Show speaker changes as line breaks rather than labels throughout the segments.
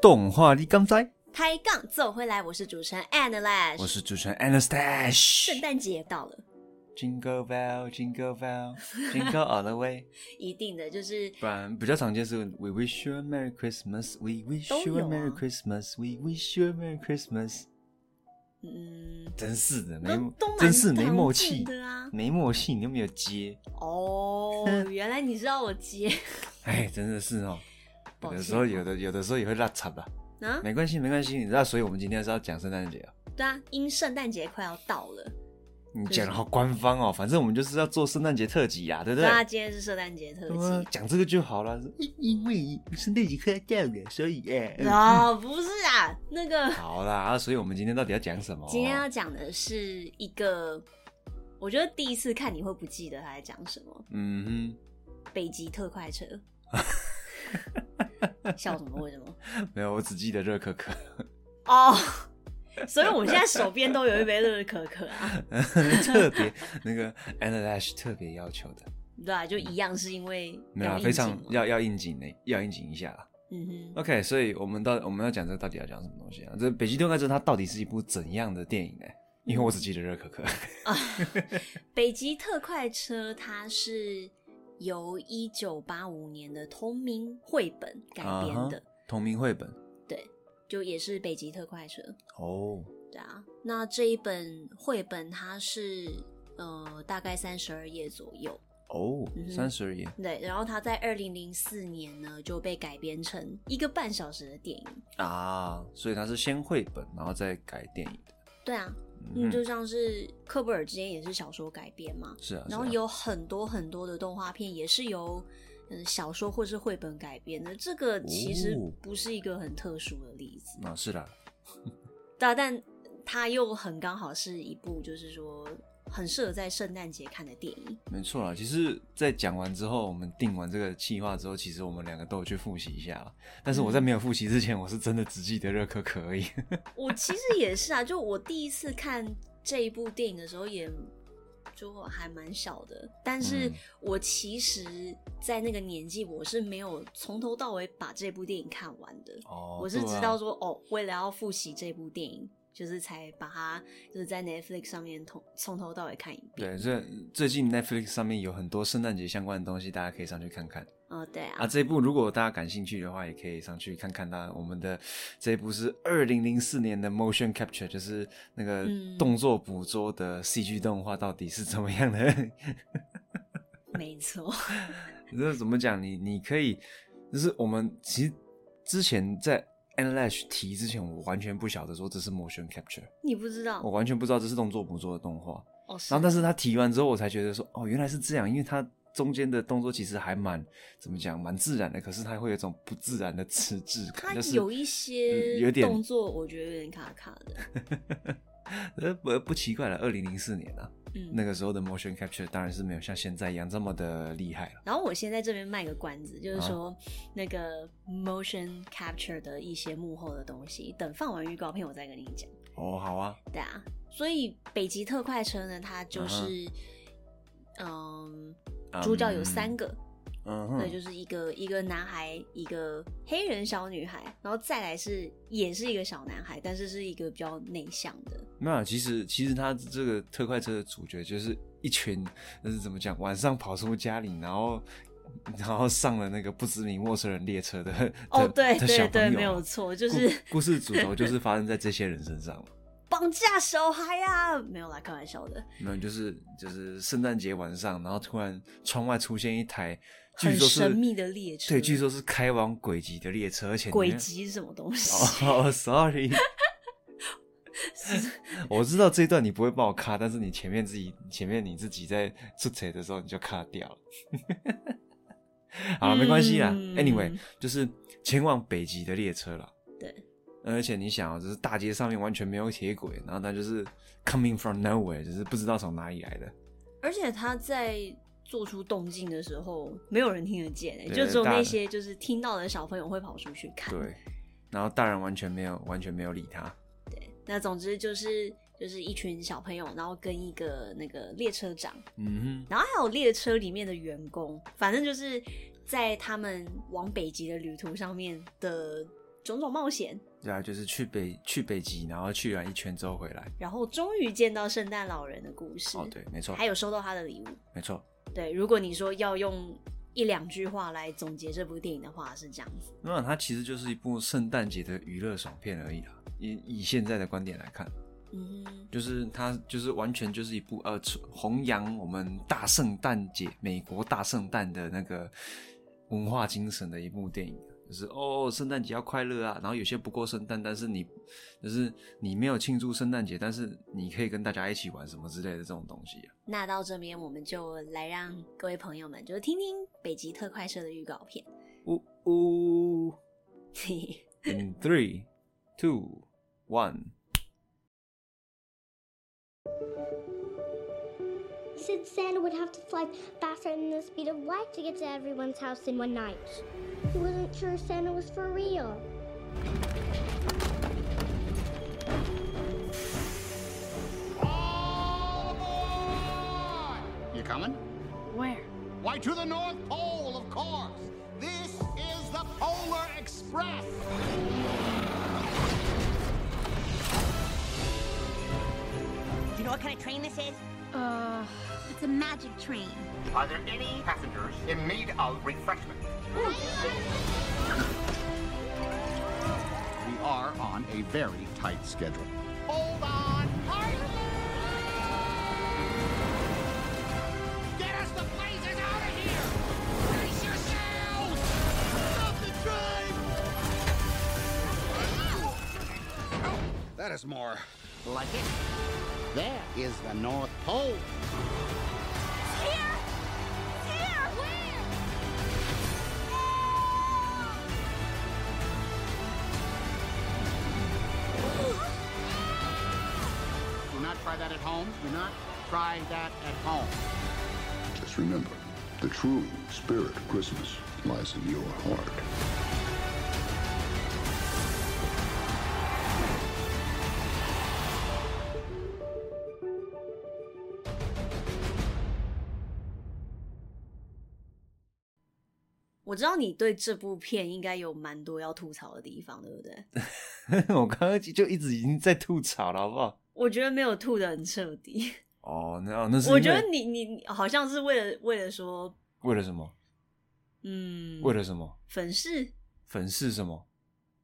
动画你刚才，
开杠走回来，我是主持人 Anna Lash。
我是主持人 Anastash。
圣诞节到了，
Jingle bell, jingle bell, jingle all the way。
一定的就是
不然比较常见是 We wish you a Merry Christmas, We wish you a
都有啊
Merry Christmas, We wish you a Merry Christmas。
嗯，
真是的，没
都都蛮
真是没默
常
契
见，的啊。
没默契，你又没有接，
哦，原来你知道我接
哎，真的是哦。
抱
有的
歉
时候有的有的时候也会落差吧，
啊？
没关系没关系，你知道，所以我们今天是要讲圣诞节哦。
对啊，因圣诞节快要到了，
你讲的好官方哦，反正我们就是要做圣诞节特辑呀、啊对不对？
那今天是圣诞节特
对啊
辑。
讲这个就好了，因因为圣诞节快要到了，所以哎、嗯
哦，不是啊，那个
好啦，啊所以我们今天到底要讲什么？
今天要讲的是一个，我觉得第一次看你会不记得他在讲什么，
嗯
北极特快 车。 笑什么？为什么？
哼，没有，我只记得热可 可，
哦，所以我现在手边都有一杯乐乐可可啊，
特别那个 Anna Lash 特别要求的，
对啊，就一样是因为
没有啊，
应景
非常
嘛
要要应景呢，要应景一下啦。
嗯哼，
OK，所以我们到我们要讲这个到底要讲什么东西啊？这《北极特快车》它到底是一部怎样的电影呢？因为我只记得热可
嗯
可，
北极特快车它是由一九八五年的同名绘本改编的，
啊哈同名绘本
对，就也是北极特快车，
哦，
对啊。那这一本绘本它是呃大概三十二页左右，
哦
嗯，哼
三十而已，
对，然后它在二零零四年呢就被改编成一个半小时的电影，
啊，所以它是先绘本，然后再改电影的。
对啊，
嗯
嗯，就像是科伯尔之前也是小说改编嘛，
是啊，
然后
是啊
有很多很多的动画片也是由嗯小说或是绘本改编的，这个其实
哦
不是一个很特殊的例子，
啊，是啦，
对啊，但它又很刚好是一部就是说很适合在圣诞节看的电影，
没错啦。其实，在讲完之后，我们定完这个计划之后，其实我们两个都有去复习一下啦。但是我在
嗯
没有复习之前，我是真的只记得热可可而 已。
我其实也是啊，就我第一次看这一部电影的时候也。就还蛮小的，但是
嗯
我其实，在那个年纪，我是没有从头到尾把这部电影看完的。
哦
我是知道
对啊
说，哦，为了要复习这部电影，就是才把它就是在 Netflix 上面从从头到尾看一遍。
对，这最近 Netflix 上面有很多圣诞节相关的东西，大家可以上去看看
哦，对啊，
啊。这一部如果大家感兴趣的话，也可以上去看看它。我们的这一部是二零零四年的 Motion Capture，就是那个
嗯
动作捕捉的 CG 动画到底是怎么样的
没错，
那怎么讲？你你可以，就是我们其实之前在 Anlash 提之前，我完全不晓得说这是 motion capture，
你不知道
我完全不知道这是动作捕捉的动画。
哦，是
哦然后，但是他提完之后，我才觉得说，哦，原来是这样，因为他中间的动作其实还蛮怎么讲，蛮自然的，可是他会有一种不自然的迟滞
它
感，就是
有一些
嗯有点
动作，我觉得有点卡卡 的。
呃不不奇怪了。二零零四年啊，
嗯，
那个时候的 motion capture 当然是没有像现在一样这么的厉害了。
然后我先在这边卖个关子，
啊
就是说、那个 motion capture 的一些幕后的东西，等放完预告片我再跟你讲。
哦，好啊，
对啊，所以北极特快车呢，它就
嗯哼
是嗯，主角有三
个，
个。
嗯
对，
哼，
就是一个一个男孩，一个黑人小女孩，然后再来是也是一个小男孩，但是是一个比较内向的，
没有啊，其实其实他这个特快车的主角就是一群，就是怎么讲，晚上跑出家里，然后然后上了那个不知名陌生人列车的。
哦，
的
对
的
对
小朋
对，
友哦
没有
嘛
错，就
故
是
故事主轴 就是发生在这些人身上嘛，
绑架小孩啊，没有啦，开玩笑的，
没有就是就是圣诞节晚上，然后突然窗外出现一台，据
很
说是
神秘的列车
对，据说是开往鬼极的列车，而且里
鬼
面
极是什么东西？
哦、s o r r y 我知道这一段你不会帮我卡，但是你前面自己前面你自己在出彩的时候你就卡掉了。 好了，没关系啦。
嗯
anyway，就是前往北极的列车啦。
对。
而且你想啊，就是大街上面完全没有铁轨，然后它就是 coming from nowhere，就是不知道从哪里来的。
而且他在做出动静的时候，没有人听得见、欸，
对
就只有
大
那
人
些就是听到的小朋友会跑出去看，
对，然后大人完全没有完全没有理他。
那总之就是就是一群小朋友，然后跟一个那个列车长，
嗯
然后还有列车里面的员工，反正就是在他们往北极的旅途上面的种种冒险，
对啊，就是去北去北极，然后去完一圈之后回来。
然后终于见到圣诞老人的故事。
哦，对，没错
嗯还，有收到他的礼物。
没错。
对，如果你说要用一两句话来总结这部电影的话，是这样子。
那它其实就是一部圣诞节的娱乐爽片而已啦。以以现在的观点来看，
嗯哼，
就是它就是完全就是一部呃弘扬我们大圣诞节美国大圣诞的那个文化精神的一部电影。就是哦，圣诞节要快乐啊！然后有些不过圣诞，但是你就是你没有庆祝圣诞节，但是你可以跟大家一起玩什么之类的这种东西、啊。
那到这边我们就
嗯
来让各位朋友们就是听听北极特快车的预告片。
呜呜。
嘿嘿
In three, two, one。
He said Santa would have to fly faster than the speed of light to get to everyone's house in one night. He wasn't sure Santa was for real.
You coming?
Where?
Why, to the North Pole, of course. This is the Polar Express.
Do you know what kind of train this is?
Uh,
It's a magic train.
Are there any passengers in need of refreshment? we are on a very tight schedule. Hold on. Get us the blazes out of here! Brace yourselves! Stop the train! That is more like it. There is the North Pole.
Here! Here! Where?
Do not try that at home. Do not try that at home.
Just remember, the true spirit of Christmas lies in your heart.
我知道你对这部片应该有蛮多要吐槽的地方，对 不对？
我刚刚就一直已经在吐槽了，好不好？
我觉得没有吐的很彻底。
哦，那哦那是因
我
为
觉得你你你好像是为了为了说，
为了什么？
嗯，
为了什么？
粉饰
粉饰什么？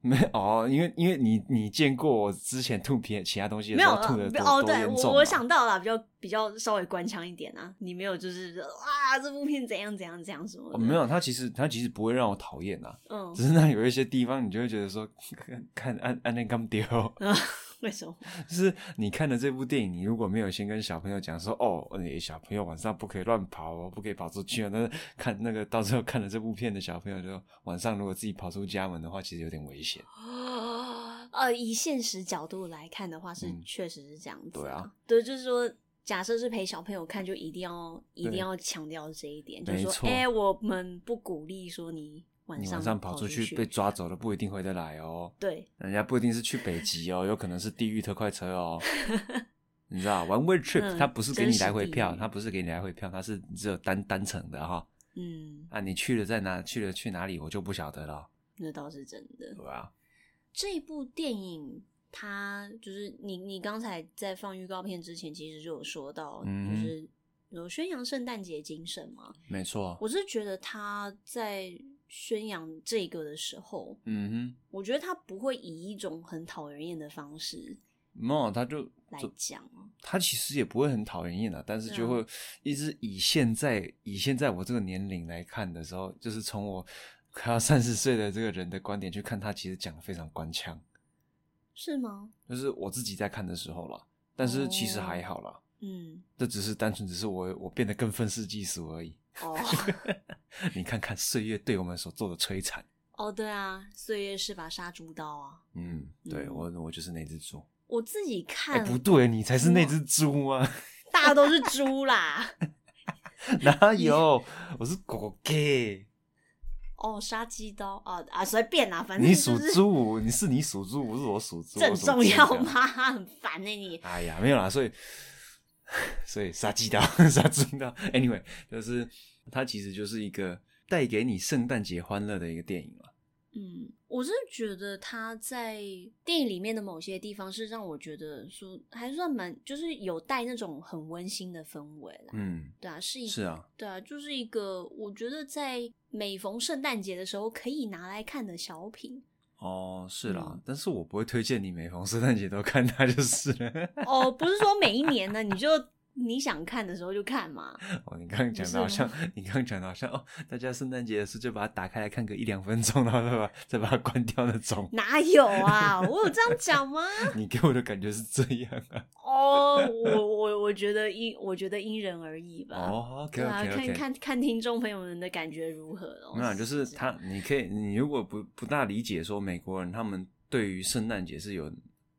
没哦，因为因为你你见过我之前吐别其他东西的
没
时
有
候
啊
吐的多
没有
多
哦，对
严重啊
我
嘛
我想到了，比较比较稍微官腔一点啊，你没有就是啊这部片怎样怎样怎样什么
哦
的，
没有，他其实他其实不会让我讨厌啊，
嗯
只是那有一些地方你就会觉得说， 看按按那刚丢，
啊， 为什么？
就是你看了这部电影，你如果没有先跟小朋友讲说，哦，你小朋友晚上不可以乱跑哦，不可以跑出去哦，但是看那个到最后看了这部片的小朋友就晚上如果自己跑出家门的话，其实有点危险。
哦呃，以现实角度来看的话，是
嗯
确实是这样子、
对啊，
对，就是说，假设是陪小朋友看，就一定要一定
对
要强调这一点，就
没
是说，
错
哎、我们不鼓励说你晚
你
上
晚上跑
跑
出
去
去被抓走了，不一定回得来哦。
对，
人家不一定是去北极哦，有可能是地狱特快车 哦。你知道，one way trip，、
嗯
它不是给你来回
真实
票，
地狱
它不是给你来回票，它是只有单单程的哈、
嗯，
啊，你去了在哪？去了去哪里？我就不晓得了，
那倒是真的
对。啊吧？
这部电影，它就是你你刚才在放预告片之前，其实就有说到，
嗯
就是有宣扬圣诞节精神嘛。
没错。
我是觉得他在宣扬这个的时候，
嗯
我觉得他不会以一种很讨人厌的方式
哼，没有，他就
来
就
讲，啊
他其实也不会很讨人厌的，但是
对啊
就会一直以现在以现在我这个年龄来看的时候，就是从我快要三十岁的这个人的观点去看，他其实讲的非常官腔，
是吗？
就是我自己在看的时候啦，但是其实还好啦。
嗯，
这只是单纯只是我我变得更愤世嫉俗而已。
哦
你看看岁月对我们所做的摧残，
哦，对啊，岁月是把杀猪刀啊。
嗯，对
嗯
我我就是那只猪，
我自己
哎、
看，
不对，你才是那只猪啊！
大家都是猪啦。
哪有？我是狗 gay，
哦，杀鸡刀啊啊，随便啦，反正
你
就
属
是
猪，你是你属猪，不是我属猪，
这很
我属
重
鸡
要
这样
吗？ 很烦呢、你。
哎呀，没有啦，所以所以杀鸡刀， 杀猪刀，anyway，就是它其实就是一个带给你圣诞节欢乐的一个电影啦。
嗯，我是觉得他在电影里面的某些地方是让我觉得说还算蛮，就是有带那种很温馨的氛围啦。
嗯，
对啊，是一
是啊，
对啊，就是一个我觉得在每逢圣诞节的时候可以拿来看的小品。
哦，是啦，
嗯
但是我不会推荐你每逢圣诞节都看它就是了。
哦，不是说每一年呢，你就你想看的时候就看嘛。
哦，你刚刚讲的好
不是
像
吗，
你刚刚讲的好像哦，大家圣诞节的时候就把它打开来看个一两分钟，然后再把再把它关掉那种。
哪有啊？我有这样讲吗？
你给我的感觉是这样啊？
哦，我我我觉得因我觉得因人而异吧。
哦，OK
对啊，
OK
看
OK，
看看听众朋友们的感觉如何咯。
没有啊，就是
这样
他，你可以，你如果不不大理解说美国人他们对于圣诞节是有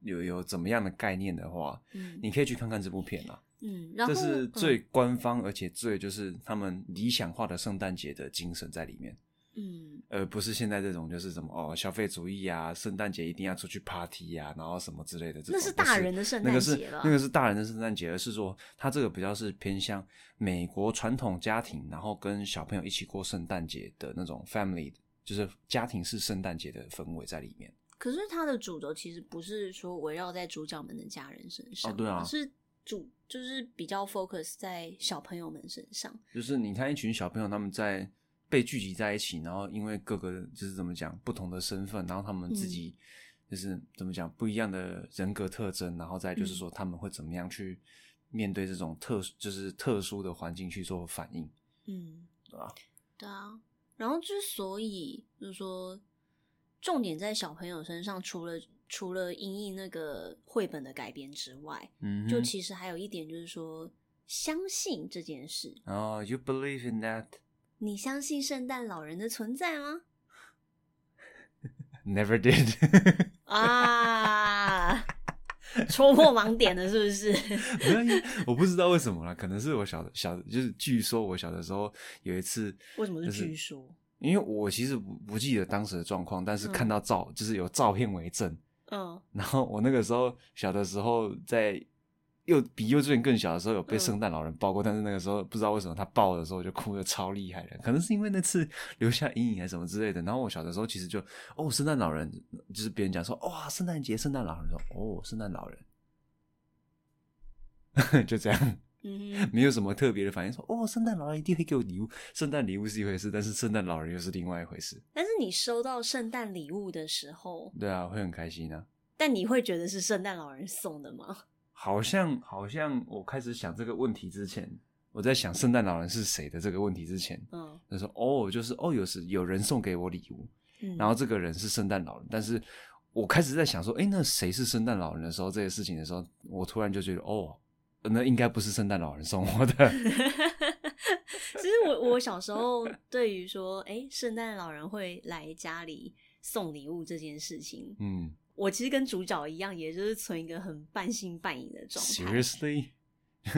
有有怎么样的概念的话，
嗯
你可以去看看这部片啊，
嗯，然后
这是最
嗯
官方而且最就是他们理想化的圣诞节的精神在里面。
嗯
而不是现在这种就是什么哦消费主义啊，圣诞节一定要出去 party 啊，然后什么之类的这种。
那是大人的圣诞
不是
节了
那个是那个是大人的圣诞节，而是说他这个比较是偏向美国传统家庭，然后跟小朋友一起过圣诞节的那种 family，就是家庭式圣诞节的氛围在里面。
可是它的主轴其实不是说围绕在主角们的家人身上，
哦对啊
而是主就是比较 focus 在小朋友们身上。
就是你看一群小朋友他们在被聚集在一起，然后因为各个就是怎么讲不同的身份，然后他们
嗯
自己就是、怎么讲不一样的人格特征，然后再
嗯
就是说他们会怎么样去面对这种特殊就是特殊的环境去做反应。
嗯，对
啊，
对啊。然后之所以就是说，重点在小朋友身上，除了除了因应那个绘本的改编之外，
嗯哼，
就其实还有一点就是说，相信这件事。
然后哦 you believe in that
你相信圣诞老人的存在吗？
never did 。
Ah.
啊， 戳破盲点了是不是？
没有因为我不知道为什么啦，可能是我小的小的就是据说我小的时候有一次，
为什么是
就是
据说？
因为我其实不不记得当时的状况，但是
嗯
看到照、就是有照片为证，
嗯
然后我那个时候小的时候在幼比幼稚园更小的时候有被
嗯
圣诞老人抱过，但是那个时候不知道为什么他抱的时候就哭的超厉害的，可能是因为那次留下阴影还是什么之类的。然后我小的时候其实就哦，圣诞老人就是别人讲说哇，圣诞节圣诞老人说哦，圣诞老人， 就这样。
嗯哼，
没有什么特别的反应，说哦，圣诞老人一定会给我礼物。圣诞礼物是一回事，但是圣诞老人又是另外一回事。
但是你收到圣诞礼物的时候，
对啊，会很开心啊。
但你会觉得是圣诞老人送的吗？
好像好像我开始想这个问题之前，我在想圣诞老人是谁的这个问题之前，
嗯
就说哦，就是哦，有时有人送给我礼物，
嗯，
然后这个人是圣诞老人，但是我开始在想说，诶，那谁是圣诞老人的时候，这些事情的时候，我突然就觉得哦，那应该不是圣诞老人送我的。
其实我我小时候对于说，哎、圣诞老人会来家里送礼物这件事情，
嗯
我其实跟主角一样，也就是存一个很半信半疑的状态。
，seriously。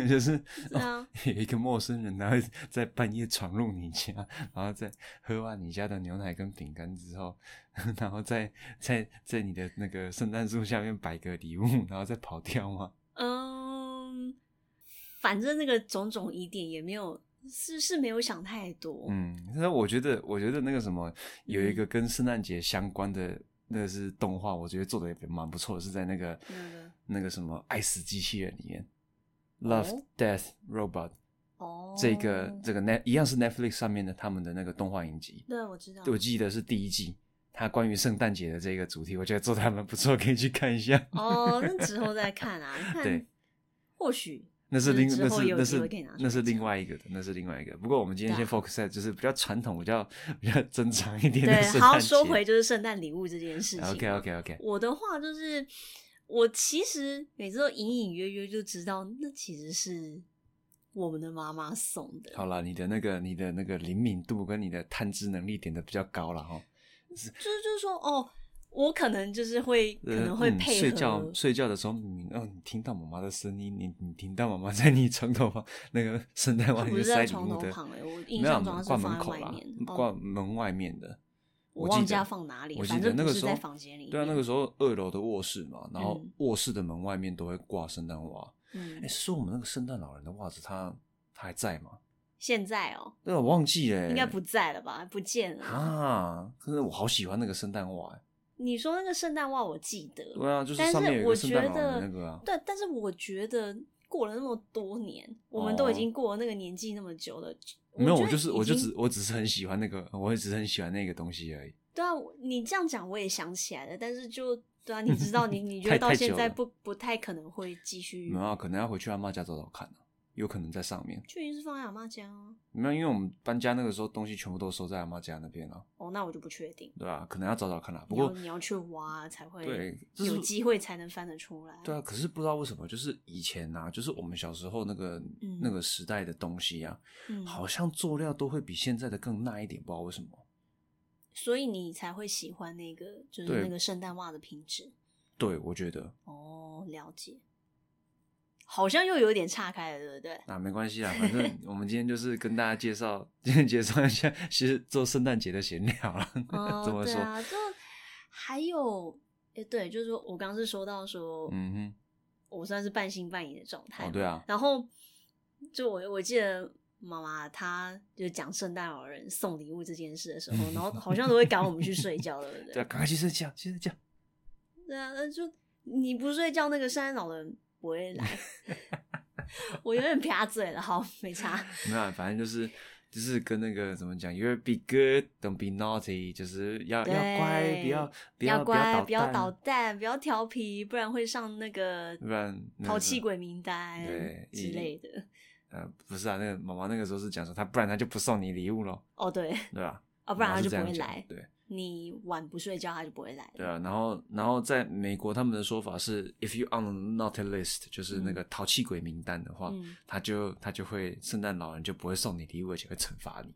就是
对啊，
有一个陌生人，然后 在半夜闯入你家，然后再喝完你家的牛奶跟饼干之后， 然后再在在你的那个圣诞树下面摆个礼物，然后再跑掉吗？
嗯，反正那个种种疑点也没有，是是没有想太多。
嗯，但是我觉得，我觉得那个什么，有一个跟圣诞节相关的，那个是动画，我觉得做的也蛮不错的，是在那个
那个
那个什么《爱死机器人》里面，《Love、
哦
Death Robot》
哦，
这个这个 net 一样是 Netflix 上面的他们的那个动画影集，
对，啊我知道。
我记得是第一季，它关于圣诞节的这个主题，我觉得做的还蛮不错，可以去看一下。
哦，那之后再看啊，你看
对，
或许
那是
就
另
嗯之
那
后
是
有
那
机会可以
是
拿出来
那是
讲
另外一个的，那是另外一个。不过我们今天先
对啊
focus 在就是比较传统、比较比较正常一点的
对，
圣
好
诞
好
节。
说回就是圣诞礼物这件事情。啊
OK OK OK，
我的话就是，我其实每次都隐隐约约就知道，那其实是我们的妈妈送的。
好啦，你的那个你的那个灵敏度跟你的探知能力点的比较高了哈。
就是就是说，哦，我可能就是会可
呃
能会
嗯
配合、
睡觉睡觉的时候，嗯，哦，你听到妈妈的声音，你你听到妈妈在你床头旁那个圣诞袜
她
里
不
面
是
塞
在
礼
床
物
头
的，
旁欸我
没
印
有
象中它是
挂
放
门
在
口
外
啦
面，哦
挂门外面的。
我
记
忘
得
记它放哪里
我记
反
得
正
那
不
个
是
时候
在房间里
对啊，那
面
个时候二楼的卧室嘛，然后
嗯
卧室的门外面都会挂圣诞袜。哎、
嗯，
是说我们那个圣诞老人的袜子他他还在吗？
现在哦，
对，我忘记了，
应该不在了吧？不见了。
呃啊。可是我好喜欢那个圣诞袜，哎
你说那个圣诞袜，我记得。
对啊，就是
但
上面有一
我
个圣
觉
诞老
得
人的那个啊。
对，但是我觉得过了那么多年，我们都已经过了那个年纪那么久了。
哦没有，
觉
我
得
就是我就
已经
只我只是很喜欢那个，我也只是很喜欢那个东西而已。
对啊，我你这样讲我也想起来了，但是就对啊，你知道 你你觉得
太
到
太
现
久
在
了
不不太可能会继续
没，有啊，可能要回去阿妈家找找看啊有可能在上面。
就一定是放在阿妈家啊。
没有，因为我们搬家那个时候东西全部都收在阿妈家那边了、
哦，那我就不确定。
对吧、可能要找找看啊啦、不
你要
过
你要去挖才会
对这是
有机会才能翻得出来。
对啊，可是不知道为什么，就是以前呐、就是我们小时候那个、
嗯
那个时代的东西啊，
嗯，
好像做料都会比现在的更耐一点，不知道为什么。
所以你才会喜欢那个就是
对
那个圣诞袜的品质。
对，我觉得
哦，了解。好像又有点岔开了，对不 对？
啊，没关系啊，反 正我们今天就是跟大家介绍，今天介绍一下，其实做圣诞节的闲聊了。
哦，
这么
对
说，
啊，就还有，诶，对，就是说我刚刚是说到说，
嗯
我算是半信半疑的状
哼，
态嘛。
哦，对啊，
然后就我我记得妈妈她就讲圣诞老人送礼物这件事的时候，然后好像都会赶我们去睡觉，对不
对啊，
对？
赶快去睡觉，去睡觉。
对啊，那就你不睡觉，那个圣诞老人不 会来。我有点撇嘴了，好，没差。
没有啊，反正就是就是跟那个怎么讲，You be good, don't be naughty，就是要
对
要乖，不要不
要乖，不要
要
捣
捣蛋，
蛋，不要调皮，不然会上那个
不然那
淘
个
气鬼名单
对
之
一
类的。
呃，不是啊，那个妈妈那个时候是讲说，他不然他就不送你礼物咯，
哦，对，
对吧？
哦，不然
妈
他
妈
就是不
这样
会
讲
来。
对
你晚不睡觉，他就不会来了。
对啊，然后然后在美国他们的说法是，if you on the naughty list，就是那个淘气鬼名单的话，
嗯
他就他就会圣诞老人就不会送你礼物，而且会惩罚你。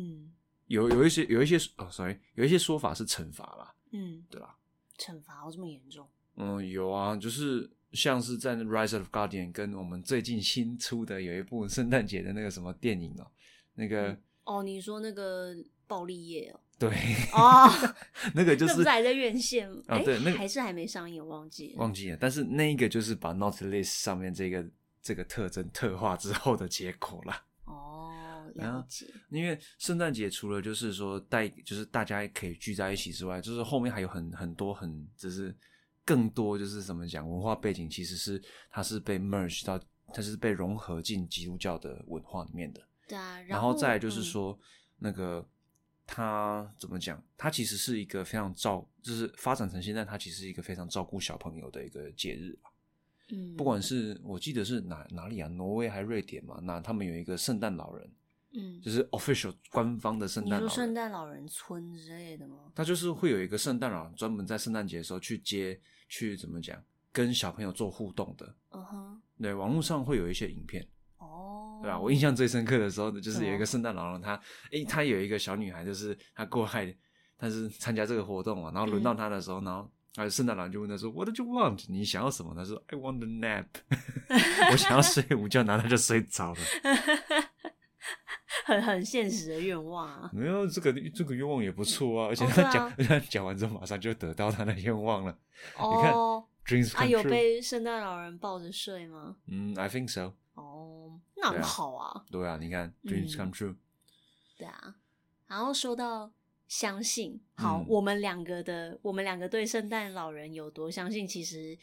嗯
有有一些有一些哦，sorry，有一些说法是惩罚啦，
嗯，
对啊啦，
惩罚哦这么严重？
嗯，有啊，就是像是在《Rise of Guardian》跟我们最近新出的有一部圣诞节的那个什么电影哦，那个、
哦，你说那个暴力夜哦？
对，
哦，
那个就
那不
是
是还在院线吗？
啊
诶
对那个
还是还没上映，我忘记了。
忘记了，但是那一个就是把 Not List 上面这个这个特征特化之后的结果啦。
哦，
然
了
后
解。
因为圣诞节除了就是说带就是大家可以聚在一起之外，就是后面还有很很多很就是更多就是怎么讲文化背景其实是它是被 merge 到它是被融合进基督教的文化里面的。
对啊，
然
后
后再来就是
嗯
说，那个他怎么讲？他其实是一个非常照，就是发展成现在，他其实是一个非常照顾小朋友的一个节日吧。
嗯，
不管是我记得是哪哪里啊，挪威还瑞典嘛，那他们有一个圣诞老人，
嗯，
就是 official 官方的圣
你
诞
说
老
圣
人，
诞老人村之类的吗？
他就是会有一个圣诞老人专门在圣诞节的时候去接去怎么讲，跟小朋友做互动的。
嗯哼，
对，网络上会有一些影片，
哦，啊
对吧、啊我印象最深刻的时候呢，就
什
是
么
有一个圣诞老人，他诶，他有一个小女孩，就是她过来，她是参加这个活动嘛，然后轮到她的时候，然后。啊！圣诞老人就问她说：“What do you want？你想要什么？”她说：“I want a nap。我想要睡午觉，然后她就睡 着了。
很很现实的愿望 啊。
没有这个这个愿望也不错啊，而且
哦
她
对啊
讲、 她讲完之后，马上就得到她的愿望了。看
哦，
Dreams
啊，
come
有
true。
被圣诞老人抱着睡吗？
嗯，I think so。
哦，那很
对啊
好啊，
对啊，你看
嗯
Dreams come true。
对啊。然后说到相信，好，
嗯
我们两个的，我们两个对圣诞老人有多相信，其实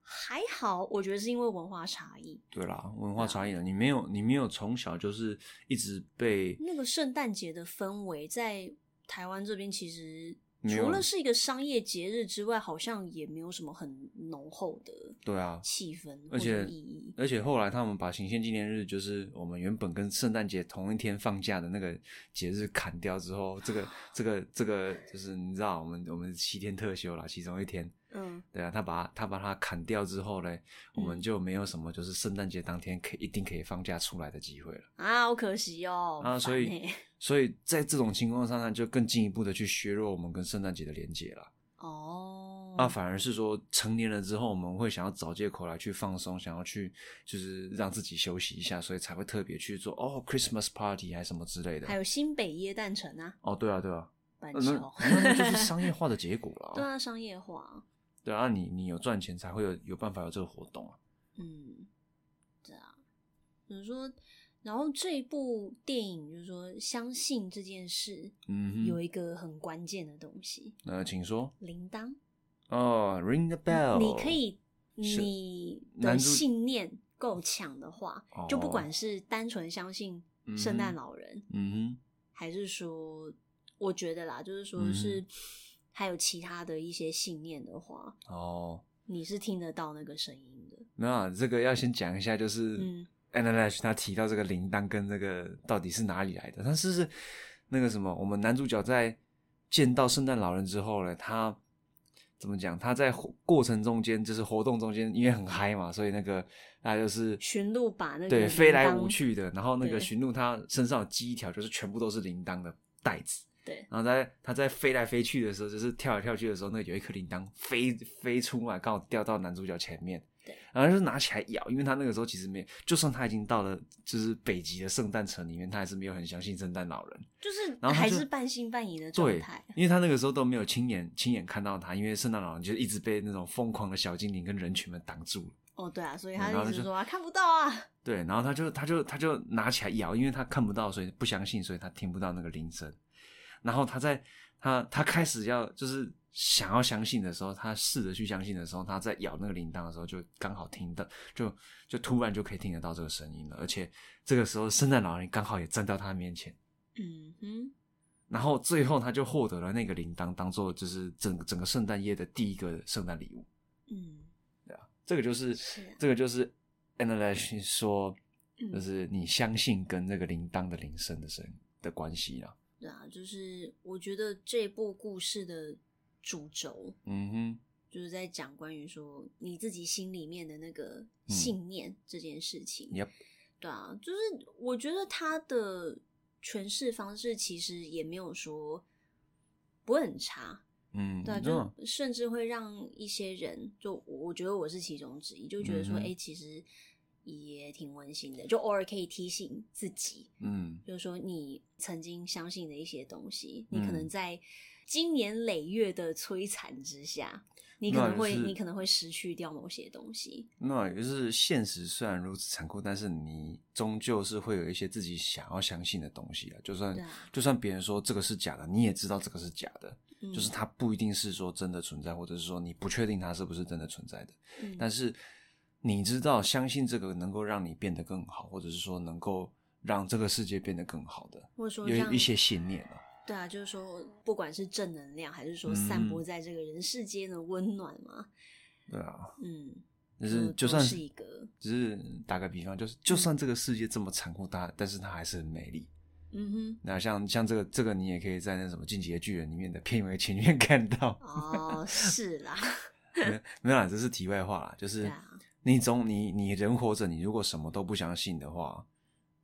还好，我觉得是因为文化差异。
对啦，文
啊
化差异了，你没有你没有从小就是一直被
那个圣诞节的氛围在台湾这边其实。
没有
除了是一个商业节日之外，好像也没有什么很浓厚的
对啊
气氛或
而
者
且
意义。
而且后来他们把行宪纪念日，就是我们原本跟圣诞节同一天放假的那个节日砍掉之后，这个这个这个就是你知道，我们我们七天特休啦，其中一天，
嗯，
对啊，他把他把它砍掉之后嘞，我们就没有什么就是圣诞节当天可以一定可以放假出来的机会了
啊，好可惜哦。
啊，
很
所
烦
以
欸
所以在这种情况上呢，就更进一步的去削弱我们跟圣诞节的连接了。
哦，
那啊反而是说成年了之后，我们会想要找借口来去放松，想要去就是让自己休息一下，所以才会特别去做哦，Christmas party 还是什么之类
还
的。
有新北耶诞城啊，
哦，对啊，对啊，
板
那
桥
那，那就是 商业化的结果
对
了。
啊，商业化，
对啊，你你有赚钱才会有有办法有这个活动啊。
嗯，对啊，比如说，然后这一部电影就是说，相信这件事
嗯
有
哼，
一个很关键的东西，
那请说
铃铛。
哦，Ring the bell，
你可以，
是
你
男
的
主
信念够强的话，就不
哦
管是单纯相信圣诞老人，
嗯
还是说，我觉得啦，就是
嗯
说是还有其他的一些信念的话，
哼，哦，
你是听得到那个声音的。
那这个要先讲一下，就是
嗯
a n a l a s h 他提到这个铃铛跟这个到底是哪里来的？他是不是那个什么？我们男主角在见到圣诞老人之后呢，他怎么讲？他在活过程中间，就是活动中间，因为很嗨嘛，所以那个他就是
驯鹿把那个
对飞来
铃铛
舞去的，然后那个
对
驯鹿他身上有系一条，就是全部都是铃铛的带子。
对，
然后在它在飞来飞去的时候，就是跳来跳去的时候，那有一颗铃铛飞飞出来，刚好掉到男主角前面。
对，
然后就是拿起来咬，因为他那个时候其实没有，就算他已经到了就是北极的圣诞城里面，他还是没有很相信圣诞老人。
就是
然后他
还
就是
半信半疑的状
对
态。，
因为他那个时候都没有亲眼亲眼看到他，因为圣诞老人就一直被那种疯狂的小精灵跟人群们挡住了。
哦，对啊，所以
嗯
他
然后
一
他
直
就
说啊看不到啊。
对，然后他就他就他就拿起来咬，因为他看不到，所以不相信，所以他听不到那个铃声。然后他在他他开始要就是想要相信的时候，他试着去相信的时候，他在咬那个铃铛的时候，就刚好听到，就就突然就可以听得到这个声音了。而且这个时候，圣诞老人刚好也站到他面前，
嗯哼，
然后最后他就获得了那个铃铛，当做就是整整个圣诞夜的第一个圣诞礼物。
嗯，
这个就是
是啊
这个就是 Analyze 说，
嗯
就是你相信跟那个铃铛的铃声的声的关系啦。
对啊，就是我觉得这部故事的主轴
嗯哼，
就是在讲关于说你自己心里面的那个
嗯
信念这件事情。
Yep
对啊，就是我觉得他的诠释方式其实也没有说不会很差，
嗯，
对、啊，
你知道
就甚至会让一些人，就我我觉得我是其中之一，就觉得说，
嗯哼
哎、其实也挺温馨的，就偶尔可以提醒自己，
嗯
就是说你曾经相信的一些东西，你可能
嗯
在经年累月的摧残之下，你
那
可能
也
会
是
你可能会失去掉某些东西。
那也就是现实虽然如此残酷，但是你终究是会有一些自己想要相信的东西啊。就算
对啊
就算别人说这个是假的，你也知道这个是假的，
嗯、
就是它不一定是说真的存在，或者是说你不确定它是不是真的存在的。
嗯，
但是你知道，相信这个能够让你变得更好，或者是说能够让这个世界变得更好的，
或者说
有
让
一些信念啊。
对啊，就是说，不管是正能量，还是说散播
嗯
在这个人世间的温暖嘛，
对啊，
嗯，
就
这
是
都
就算
是一个
只是打个比方，就是就算这个世界这么残酷大，但是它还是很美丽。
嗯
那像像这个这个，你也可以在那什么《进击的巨人》里面的片尾前面 看到
哼，。哦，是啦，
没有没有啦，这是题外话啦。就是
对啊
你总你你人活着，你如果什么都不相信的话，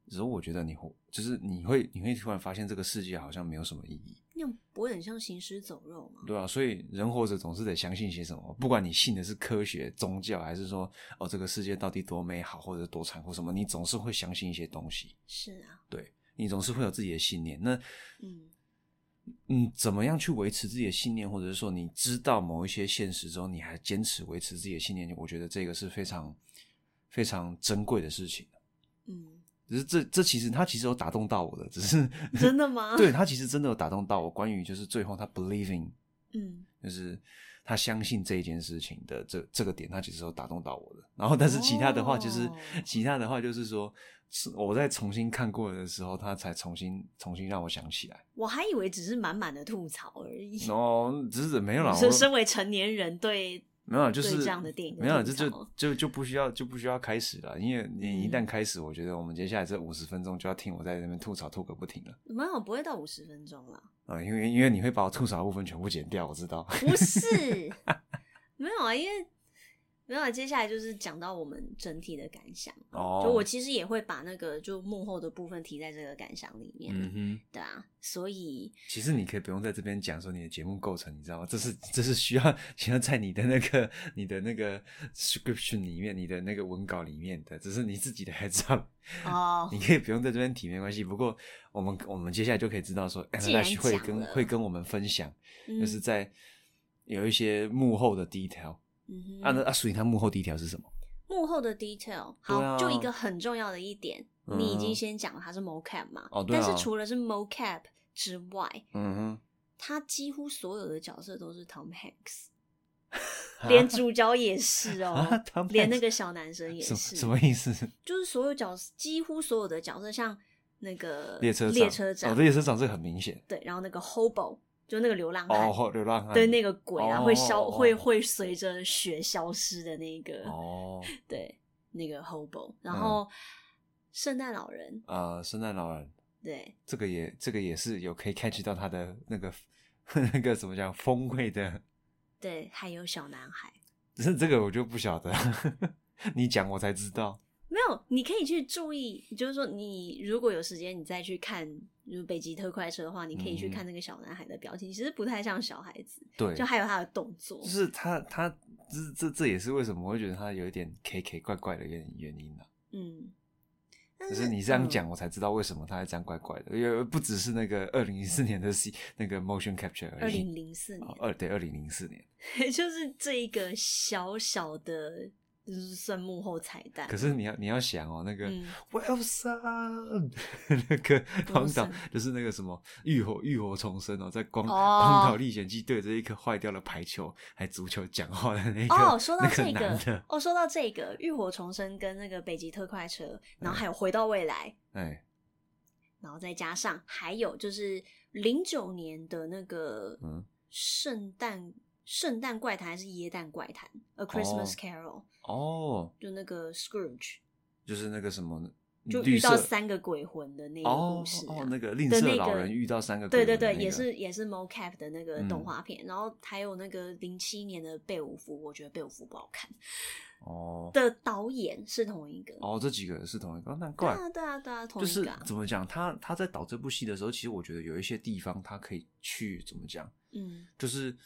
只是我觉得你活，就是你会你会突然发现这个世界好像没有什么意义。
那样不会很像行尸走肉吗？
对啊，所以人活着总是得相信些什么，不管你信的是科学、宗教，还是说哦这个世界到底多美好，或者多残酷什么，你总是会相信一些东西，
是啊，
你总是会有自己的信念。那
嗯
嗯，怎么样去维持自己的信念，或者是说你知道某一些现实之后，你还坚持维持自己的信念，我觉得这个是非常非常珍贵的事情。
嗯，
只是这这其实他其实有打动到我的，只是
真的 吗
对他其实真的有打动到我，关于就是最后他 believing
嗯，
就是他相信这一件事情的这这个点，他其实有打动到我的。然后，但是其他的话就是、
哦
其他的话就是说，是我在重新看过的时候，他才重新重新让我想起来。
我还以为只是满满的吐槽而已。
然后只是没有啦，
所以
我
身为成年人对
没有啦就是
对这样的电影的哦
没有啦，
吐
这
槽
就就就不需要就不需要开始了，因为你一
嗯
旦开始，我觉得我们接下来这五十分钟就要听我在那边吐槽吐个不停了
没有不会到五十分钟啦，
啊、因为因为你会把我吐槽的部分全部剪掉，我知道。
不是没有啊，因为没有啊。接下来就是讲到我们整体的感想，
哦
就我其实也会把那个就幕后的部分提在这个感想里面，
嗯哼。
对啊，所以
其实你可以不用在这边讲说你的节目构成，你知道吗？这是这是需要需要在你的那个你的那个 description 里面，你的那个文稿里面的，只是你自己的 heads up，
哦，
你可以不用在这边提，没关系。不过我们我们接下来就可以知道说
既然
，Lash 会
讲
跟
了
会跟我们分享，就是
嗯
在有一些幕后的 detail。
嗯
啊，那
哼，
啊，所以他幕后 detail 是什么？
幕后的 detail 好，
对啊嗯
就一个很重要的一点，你已经先讲了它是 mocap 嘛，
哦对
但
啊
是除了是 mocap 之外，
嗯
他几乎所有的角色都是 Tom Hanks，
哼，
连
啊
主角也是哦
啊，Tom，
连
Hanks
那个小男生也
什么
是，
什么意思？
就是所有角几乎所有的角色，像那个
列车
呃列车长，
哦，列车长这个很明显
对，然后那个 hobo 就那个流浪汉，
哦，后流浪汉
对那个鬼啊，会消
哦
会会随着雪消失的那个，
哦
对，那个 hobo，然
嗯
后圣诞老人，
啊，圣诞老人
对
这个也这个也是有可以 catch 到他的那个 那个怎么讲风味的，
对，还有小男孩。
只是这个我就不晓得， 你讲我才知道。
没有，你可以去注意，就是说，你如果有时间，你再去看，就是《北极特快车》的话，你可以去
嗯
看那个小男孩的表情，其实不太像小孩子，
对，
就还有他的动作
就。是他他这这这也是为什么我会觉得他有一点 K K 怪怪的原原因啊。
嗯，但
可是你这样
嗯
讲，我才知道为什么他会这样怪怪的，因为不只是那个二零一四年的 C 那个 motion capture
二
而已。
零零四
哦
年，
二对二零零四年，
就是这一个小小的，就是算幕后彩蛋。
可是你要你要想哦，那个
嗯
Wilson 那个荒岛
Wilson
就是那个什么浴火浴火重生哦，在光
哦
荒岛历险记对着一颗坏掉的排球还足球讲话的那个
哦，说到
那个
这
男的，
哦，说到这个《浴火重生》跟那个《北极特快车》，
嗯
然后还有《回到未来》，
哎，
然后再加上还有就是零九年的那个
嗯
圣诞圣诞怪谈还是耶诞怪谈，A Christmas Carol，、
哦，
就那个 Scrooge
就是那个什么
就
嗯绿
遇到
色
三个鬼魂的那个
哦
故事、啊
哦，那个吝
的那
啬老
个
人遇到三个
对
鬼
对
魂的
对，
那
也
个
是也是 mocap 的那个
嗯
动画片，然后还有那个零七年的贝五福，我觉得贝五福不好看
哦
的导演是同一个，
哦，这几个是同一个，哦难
对
怪。
啊对啊对啊，同
就
一
是
个、啊，
怎么讲，他他在导这部戏的时候，其实我觉得有一些地方他可以去怎么讲，
嗯
就是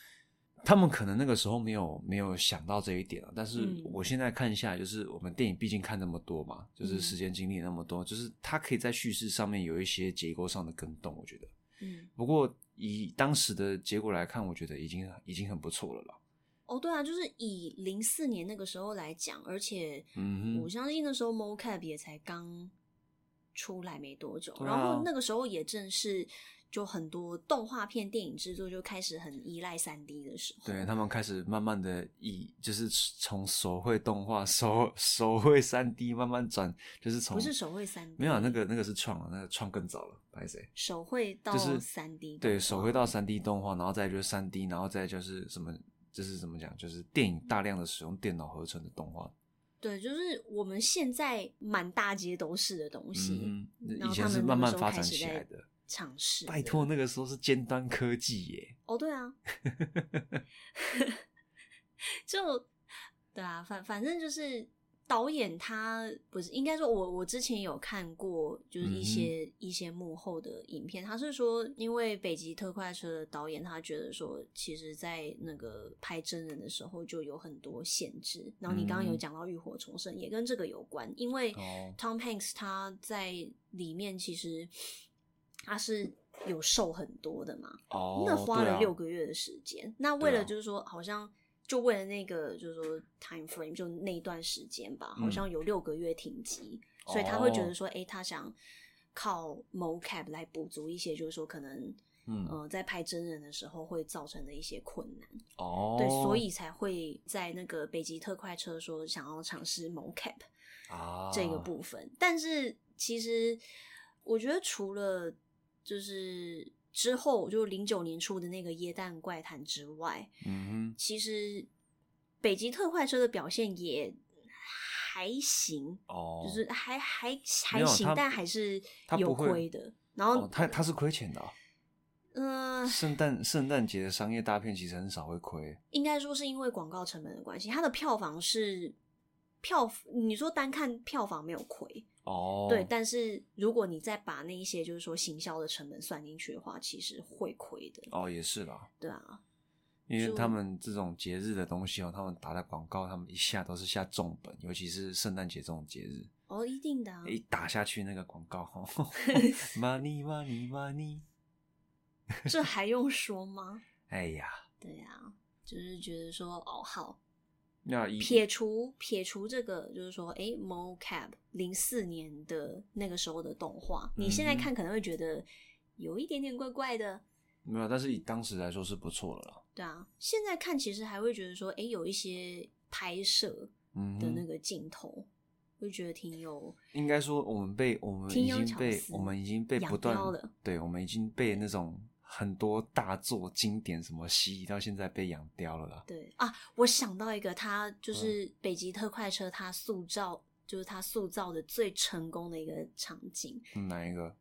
他们可能那个时候没有没有想到这一点啊。但是
嗯
我现在看下来，就是我们电影毕竟看那么多嘛，就是
嗯
时间精力那么多，就是他可以在叙事上面有一些结构上的更动，我觉得。
嗯，
不过以当时的结果来看，我觉得已经已经很不错了啦。
哦对啊，就是以零四年那个时候来讲，而且
嗯
我
哼，
相信那时候 mocap 也才刚出来没多久，
对啊
然后那个时候也正是就很多动画片、电影制作就开始很依赖三 D 的时候。
对他们开始慢慢的以就是从手绘动画、手手绘三 D 慢慢转，就是从
不是手绘三 D，
没有啊那个那个是创啊，那个创更早了，白谁？
手绘到
就是
三 D，
对，手绘到三 D 动画，然后再就是三 D，然后再就是什么，就是怎么讲，就是电影大量的使用电脑合成的动画。
对，就是我们现在满大街都是的东西，
嗯哼，
然
以
后
前
他
是
们
慢
那
慢
个时
发
候开
展
始
起
在
来的。
尝试。
拜托，，那个时候是尖端科技耶。
哦，对啊，就对啊，反反正就是导演他不是应该说我，我之前有看过，就是
嗯
一些、一些幕后的影片，他是说，因为《北极特快车》的导演他觉得说，其实，在那个拍真人的时候就有很多限制，然后你刚刚有
嗯
讲到《浴火重生》也跟这个有关，因为
哦
Tom Hanks 他在里面其实他是有瘦很多的嘛，
哦，
那花
对
了
啊
六个月的时间。那为
对啊
了就是说，好像就为了那个就是说 time frame 就那一段时间吧，好
嗯哦
像有六个月停机，所以他会觉得说，诶，他想靠 mocap 来补足一些，就是说可能。
嗯，
呃，在拍真人的时候会造成的一些困难，
哦，
对，所以才会在那个北极特快车说想要尝试 mocap，
啊，
这个部分。但是其实我觉得除了就是之后就零九年出的那个《耶诞怪谈》之外，
嗯
其实北极特快车的表现也还行，
哼，哦，
就是还还
没
还
有
行
它，
但还是
它
有
不会
亏的。然后
哦，他他是亏钱的啊。
嗯、
圣诞圣诞节的商业大片其实很少会亏，
应该说是因为广告成本的关系，它的票房是票，你说单看票房没有亏，
哦，
对，但是如果你再把那一些就是说行销的成本算进去的话，其实会亏的。
哦也是啦，
对啊，
因为
就
他们这种节日的东西哦，他们打的广告，他们一下都是下重本，尤其是圣诞节这种节日，
哦，一定的、啊。
一打下去那个广告哦 ，money money money，
这还用说吗？
哎呀，
对啊，就是觉得说哦好，
那一
撇除撇除这个，就是说，哎，mocap 零四年的那个时候的动画，你现在
嗯
看可能会觉得有一点点怪怪的，
没有，但是以当时来说是不错了啦。
对啊，现在看其实还会觉得说，哎，有一些拍摄
嗯
的那
哼，
个镜头，会觉得挺有
应该说我们被我们
挺
已
有
经
巧
被
思
我们已经被
养
不断
膘了
对，我们已经被那种很多大作经典什么吸引到现在被养刁了啦。
对啊，我想到一个，他
嗯
就是北极特快车，他塑造就是他塑造的最成功的一个场景，
嗯哪一个？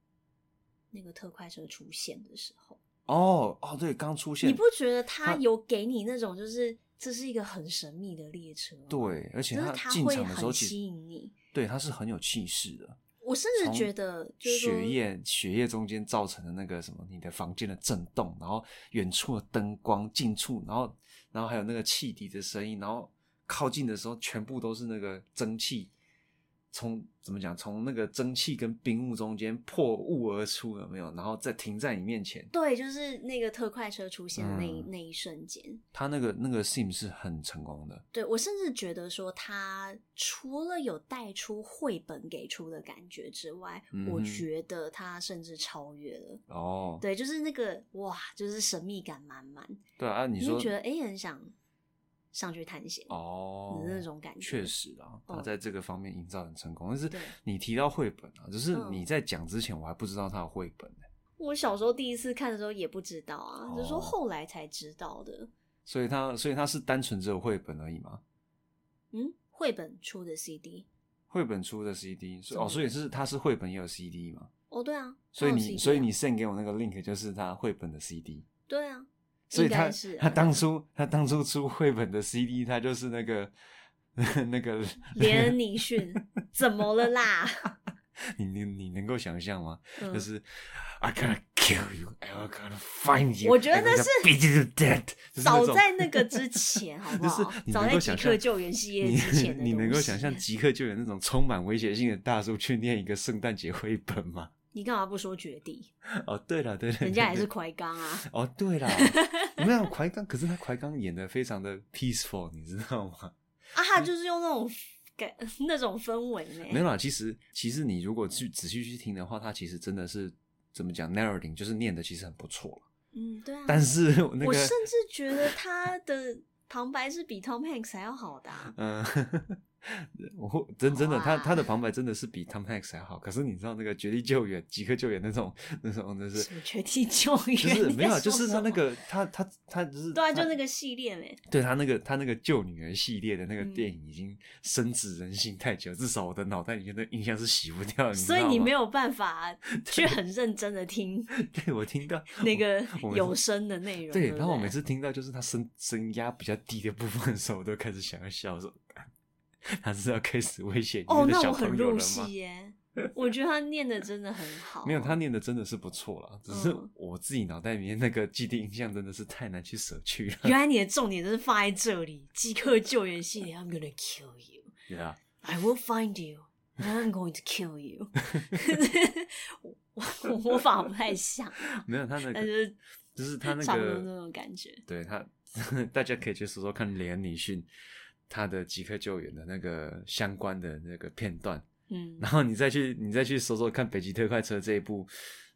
那个特快车出现的时候，
哦哦，对，刚出现，
你不觉得他
它
有给你那种就是这是一个很神秘的列车吗？
对，而且
就是
他
它
进
会
场的时候
很
其实
吸引你，
对，他是很有气势的。
我甚至
从
觉得就是说
血液血液中间造成的那个什么，你的房间的震动，然后远处的灯光，近处，然后然后还有那个汽笛的声音，然后靠近的时候全部都是那个蒸汽，从怎么讲，从那个蒸汽跟冰雾中间破雾而出，有没有？然后再停在你面前，
对，就是那个特快车出现的那一、
嗯
那一瞬间，
他那个那个 sim 是很成功的，
对我甚至觉得说，他除了有带出绘本给出的感觉之外，
嗯
我
哼
觉得他甚至超越了。
哦，
对，就是那个哇，就是神秘感满满，
对啊，你
就
说
觉得哎、诶很想上去探险
哦
的那种感觉。
确，实啊，他
哦
在这个方面营造很成功。但是
对
你提到绘本啊，只是
嗯
你在讲之前，我还不知道他有绘本呢、欸
我小时候第一次看的时候也不知道啊，就是
哦
说后来才知道的。
所以他所以他是单纯只有绘本而已嘛。
嗯，绘本出的 CD。
绘本出的 CD 所以哦，
嗯
所以是他是绘本也有 CD 嘛，
哦，对啊，
所以
它
你
有 CD
所以
啊
你 send 给我那个 link 就是他绘本的 CD，
对啊，
所以
应
他
该是啊
他当初他当初出绘本的 CD，他就是那个 那个
连恩尼逊怎么了 啦？
你你你能够想象吗？
嗯
就是 I gonna kill you, I gonna find you，
我觉得
I gonna
是
beat you to death，就是那
早
种
在那个之 前，好不
就是
好？
你
早
能
在
够
极
想
客
象
救援系列
你
之前 的
你能
东
够
西
想象即刻就有那种充满威胁性的大叔去念一个圣诞节绘本吗？
你干嘛不说绝地？
哦，对了，对了，
人家也
对
是
对
奎刚啊。
哦，对 啦，没有怀刚，可是他怀刚演的非常的 peaceful，你知道吗？
啊，他就是用那种感 那种氛围呢。
嗯没有啦，其实其实你如果去仔细去听的话，他其实真的是怎么讲 narrating，就是念的其实很不错啦
嗯，对啊。
但是那
我
个
甚至觉得他的 旁白是比 Tom Hanks 还要好的、啊。
嗯，我会真真的，
好啊
他他的旁白真的是比 Tom Hanks 还好。可是你知道那个绝地救援、即刻救援那种那种，就
什
是
么绝地救援？
就是
你在
没有，啊
说
就是他
什
那
么
个他他他就是
对啊，
他
就那个系列没。
对他那个他那个救女儿系列的那个
嗯
电影已经深植人心太久，至少我的脑袋里面的印象是洗不掉。知
所以
道
你
吗
没有办法去很认真的听
对我听到
那个
我我每次
有声的内容。
对，
不
然后我每次听到就是他声声压比较低的部分的时候，我都开始想要笑，我说 他是要开始威胁你
哦，
们的
那
小
我很
朋友
入
了吗
戏？耶，我觉得他念的真的很好。
没有，他念的真的是不错啦，只是
嗯
我自己脑袋里面那个既定印象真的是太难去舍去了。
原来你的重点就是放在这里，即刻救援系列。I'm gonna kill you.
对啊，
I will find you. and I'm going to kill you. 我我模仿不太像，
没有他那
但
个，
是
就是他那
差不多那
个，
种感觉。
对他，大家可以去搜搜看雷恩尼逊他的《即刻救援》的那个相关的那个片段，
嗯，
然后你再去你再去搜搜看《北极特快车》这一部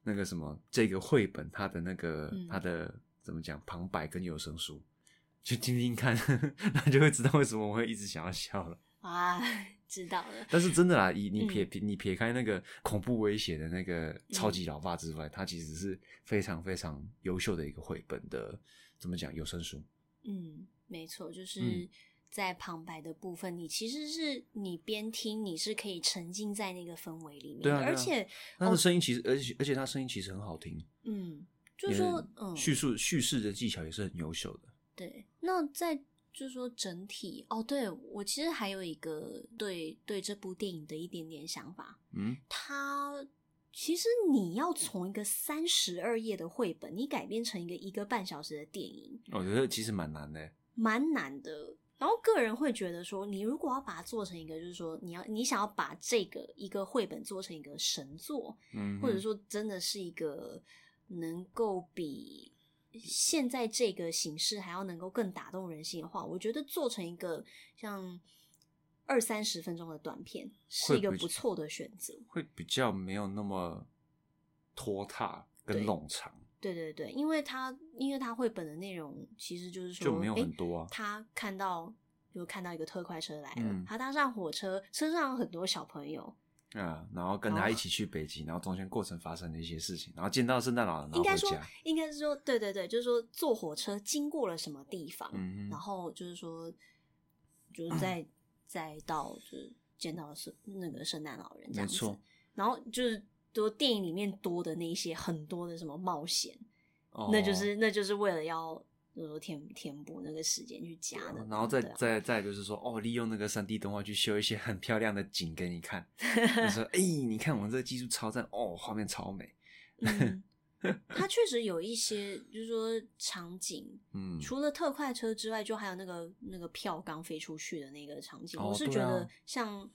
那个什么这个绘本，它的那个
嗯
它的怎么讲旁白跟有声书，去听听看， 那就会知道为什么我会一直想要笑了。
啊， 知道了。
但是真的啦，以你
嗯
撇、你撇开那个恐怖威胁的那个超级老爸之外，它其实是非常非常优秀的一个绘本的，怎么讲有声书？
嗯，没错，就是
嗯
在旁白的部分，你其实是你边听，你是可以沉浸在那个氛围里面
对
的，
啊对啊
而且，
它的声音其实，而且而且它声音其实很好听，
嗯，就是说，
也
嗯，
叙述叙事的技巧也是很优秀的。
对，那在就是说整体哦，对我其实还有一个对对这部电影的一点点想法，
嗯，
它其实你要从一个三十二页的绘本，你改编成一个一个半小时的电影，
我觉得其实蛮难的、
蛮难的。然后个人会觉得说，你如果要把它做成一个，就是说你要你想要把这个一个绘本做成一个神作，
嗯哼，
或者说真的是一个能够比现在这个形式还要能够更打动人心的话，我觉得做成一个像二三十分钟的短片是
会
一个
比
不错的选择。
会比较没有那么拖沓跟
对
冗长。
对对对，因为他因为他绘本的内容其实就是说
就没有
诶
很多啊
他看到就看到一个特快车来了，
嗯
他搭上火车，车上有很多小朋友，
啊，然后跟
然
他
后
一起去北极，然后中间过程发生的一些事情，然后见到圣诞老人，然
应
后
该
回
说
家。
应该是说对对对，就是说坐火车经过了什么地方，
嗯
然
哼，嗯
后就是说就是再、再到就是见到是那个圣诞老人
没
这样子，
错。
然后就是多电影里面多的那一些很多的什么冒险，那就
哦
是那就是为了要。就是说填填补那个时间去加的，
然后再
对啊
再再就是说，哦，利用那个三 D 动画去修一些很漂亮的景给你看，就 说，哎、你看我们这个技术超赞，哦，画面超美，
嗯，它确实有一些，就是说场景，
嗯，
除了特快车之外，就还有那个那个票刚飞出去的那个场景。
哦
我是
对
觉
啊
得像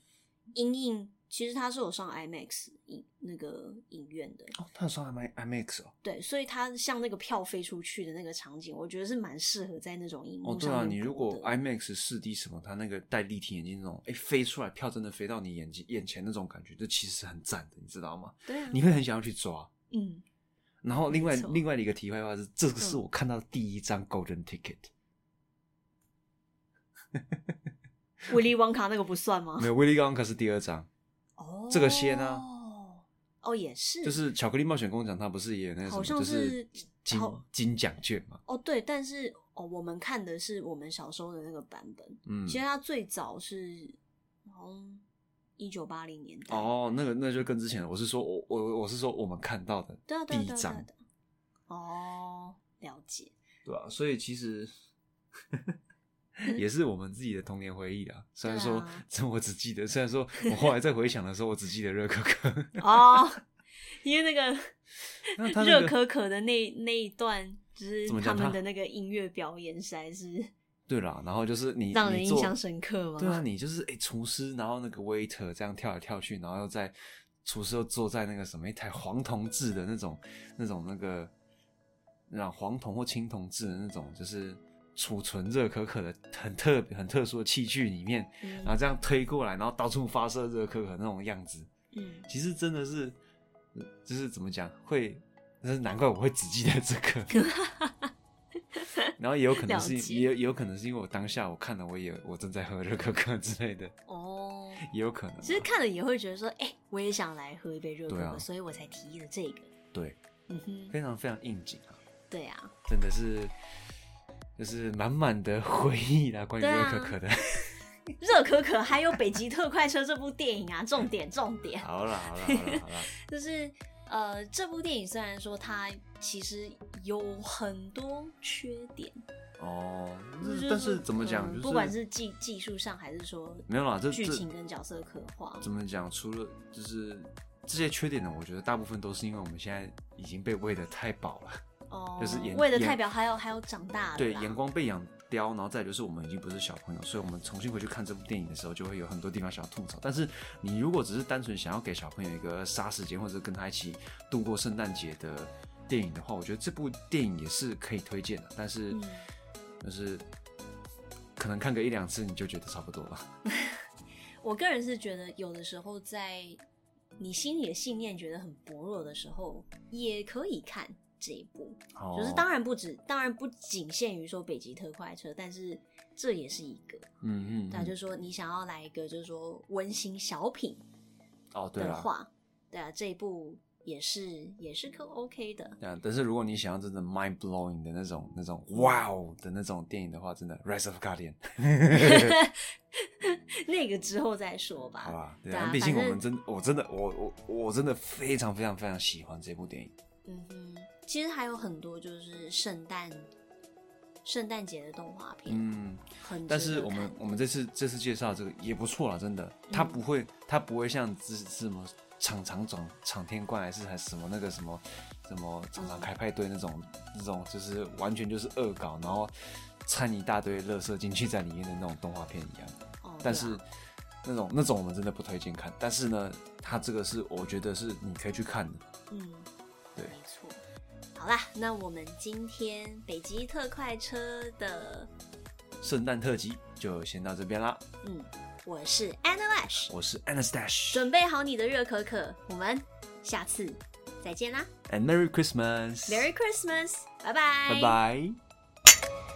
阴影，其实它是有上 IMAX 影那个影院的，
哦，他有说 IM IMAX 哦，
对，所以它像那个票飞出去的那个场景，我觉得是蛮适合在那种荧
哦，
幕
对
上
啊，
面
你如
播
果
的
IMAX 四 D 什么，它那个戴立体眼镜那种，哎、飞出来票真的飞到你眼睛眼前那种感觉，这其实很赞的，你知道吗？
对啊，
你会很想要去抓。
嗯，
然后另外
没错
另外的一个题外话是，这个是
嗯
我看到的第一张 Golden Ticket，、
威利旺卡那个不算吗
没？有威利刚刚可是第二张，
哦，
这个先啊
哦，哦也是，
就是巧克力冒险工厂，它不是也有那个什
好
么，
像
就是金
好
金奖券嘛，
哦，对，但是哦，我们看的是我们小时候的那个版本。
嗯，
其实它最早是好像一九八零年代。，
哦，那个那就更之前了。我是说我我我是说我们看到的
对啊，对
第
啊，
一
对啊，对
章
啊，对啊哦，了 解。
对吧、所以其 实也是我们自己的童年回忆啊。虽然
对
说
啊
这我只记得，虽然说我后来再回想的时候，我只记得热可可。
哦，因为那个
那他那
热
个
可可的那那一段，就是
怎么
他
讲
们
它
的那个音乐表演，实在是
对啦，然后就是你
让人
你
印
做
象深刻吗？
对啊，你就是诶厨师，然后那个 waiter 这样跳来跳去，然后又在厨师又坐在那个什么一台黄铜制的那种那种那个，那黄铜或青铜制的那种，就是储存热可可的很特别很特殊的器具里面，
嗯
然后这样推过来，然后到处发射热可可那种样子，
嗯，
其实真的是呃就是怎么讲会。就是难怪我会只记得这 个，然后也有可能
了
是
解
也有也有可能是因为我当下我看了我也我正在喝热可可之类的，
哦。
也有可能啊、
其实看了也会觉得说，哎、我也想来喝一杯热可
对
可，
啊
所以我才提议了这个。
对，
嗯哼，
非常非常应景啊，
对啊，
真的是就是满满的回忆啦，关于
对
热
啊
可可的。 嗯
热可可还有《北极特快车》这部电影啊，重点重点
好啦 好啦好啦好啦，
就是呃，这部电影虽然说它其实有很多缺点，
哦，
就
但是怎么讲，
嗯
就是
不管是技技术上还是说
没有啦，这
剧
这
情跟角色刻画，
怎么讲，除了就是这些缺点呢，我觉得大部分都是因为我们现在已经被喂的太饱了，
哦，
就是眼
为了
眼
代表还有还有长大的
对，
啦
眼光被养刁，然后再就是我们已经不是小朋友，所以我们重新回去看这部电影的时候，就会有很多地方想要吐槽。但是你如果只是单纯想要给小朋友一个杀时间，或者跟他一起度过圣诞节的电影的话，我觉得这部电影也是可以推荐的。但是
嗯
就是可能看个一两次你就觉得差不多了。
我个人是觉得有的时候在你心里的信念觉得很薄弱的时候，也可以看这一部。就是当
然，
然不止，当然不仅限于说北极特快车，但是这也是一个。
嗯嗯，
对啊，
嗯
就是说你想要来一个就是说温馨小品
哦对
的
了。
话，对啊，这一部也是也是可 OK 的。
对啊，但是如果你想要真的 mind blowing 的那种、那种 wow 的那种电影的话，真的《Rise of Guardian》
那个之后再说吧。
好吧，对
对
啊
啊，
毕竟
反
我
正
们真，我真的，我我我真的非常非常非常喜欢这部电影。
嗯哼，其实还有很多就是圣诞圣诞节的动画片，
嗯，
很值
但是
得
我们
看嗯
我们这次这次介绍这个也不错啦，真的，它不会它不会像之什么场场总场天冠还是还是什么那个什么什么场
嗯
场开派对那种那种就是完全就是恶搞，然后掺一大堆垃圾进去在里面的那种动画片一样。
哦，
但
对啊
是那种那种我们真的不推荐看。但是呢，它这个是我觉得是你可以去看的。
嗯，
对
没错。好好啦，那我们今天北极特快车的，
圣诞特辑就先到这边啦。
嗯，我是 Anna Lash，
我是 Anastash
准备好你的热可可，我们下次再见啦
and Merry Christmas，
，Merry Christmas，拜拜，
拜。拜。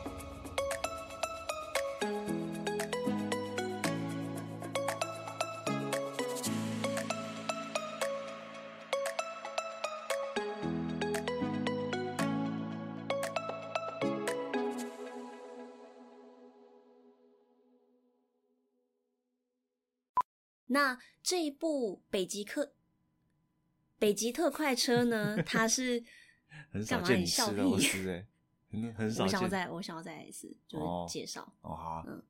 那这一部北极客北极特快车 呢，它是
很
干
少
嘛
见
你
你吃
笑
肉
屁
丝哎，很很
我
少
想要
见。
再我想要再来一次，就
哦
是介绍。
哦好啊，
嗯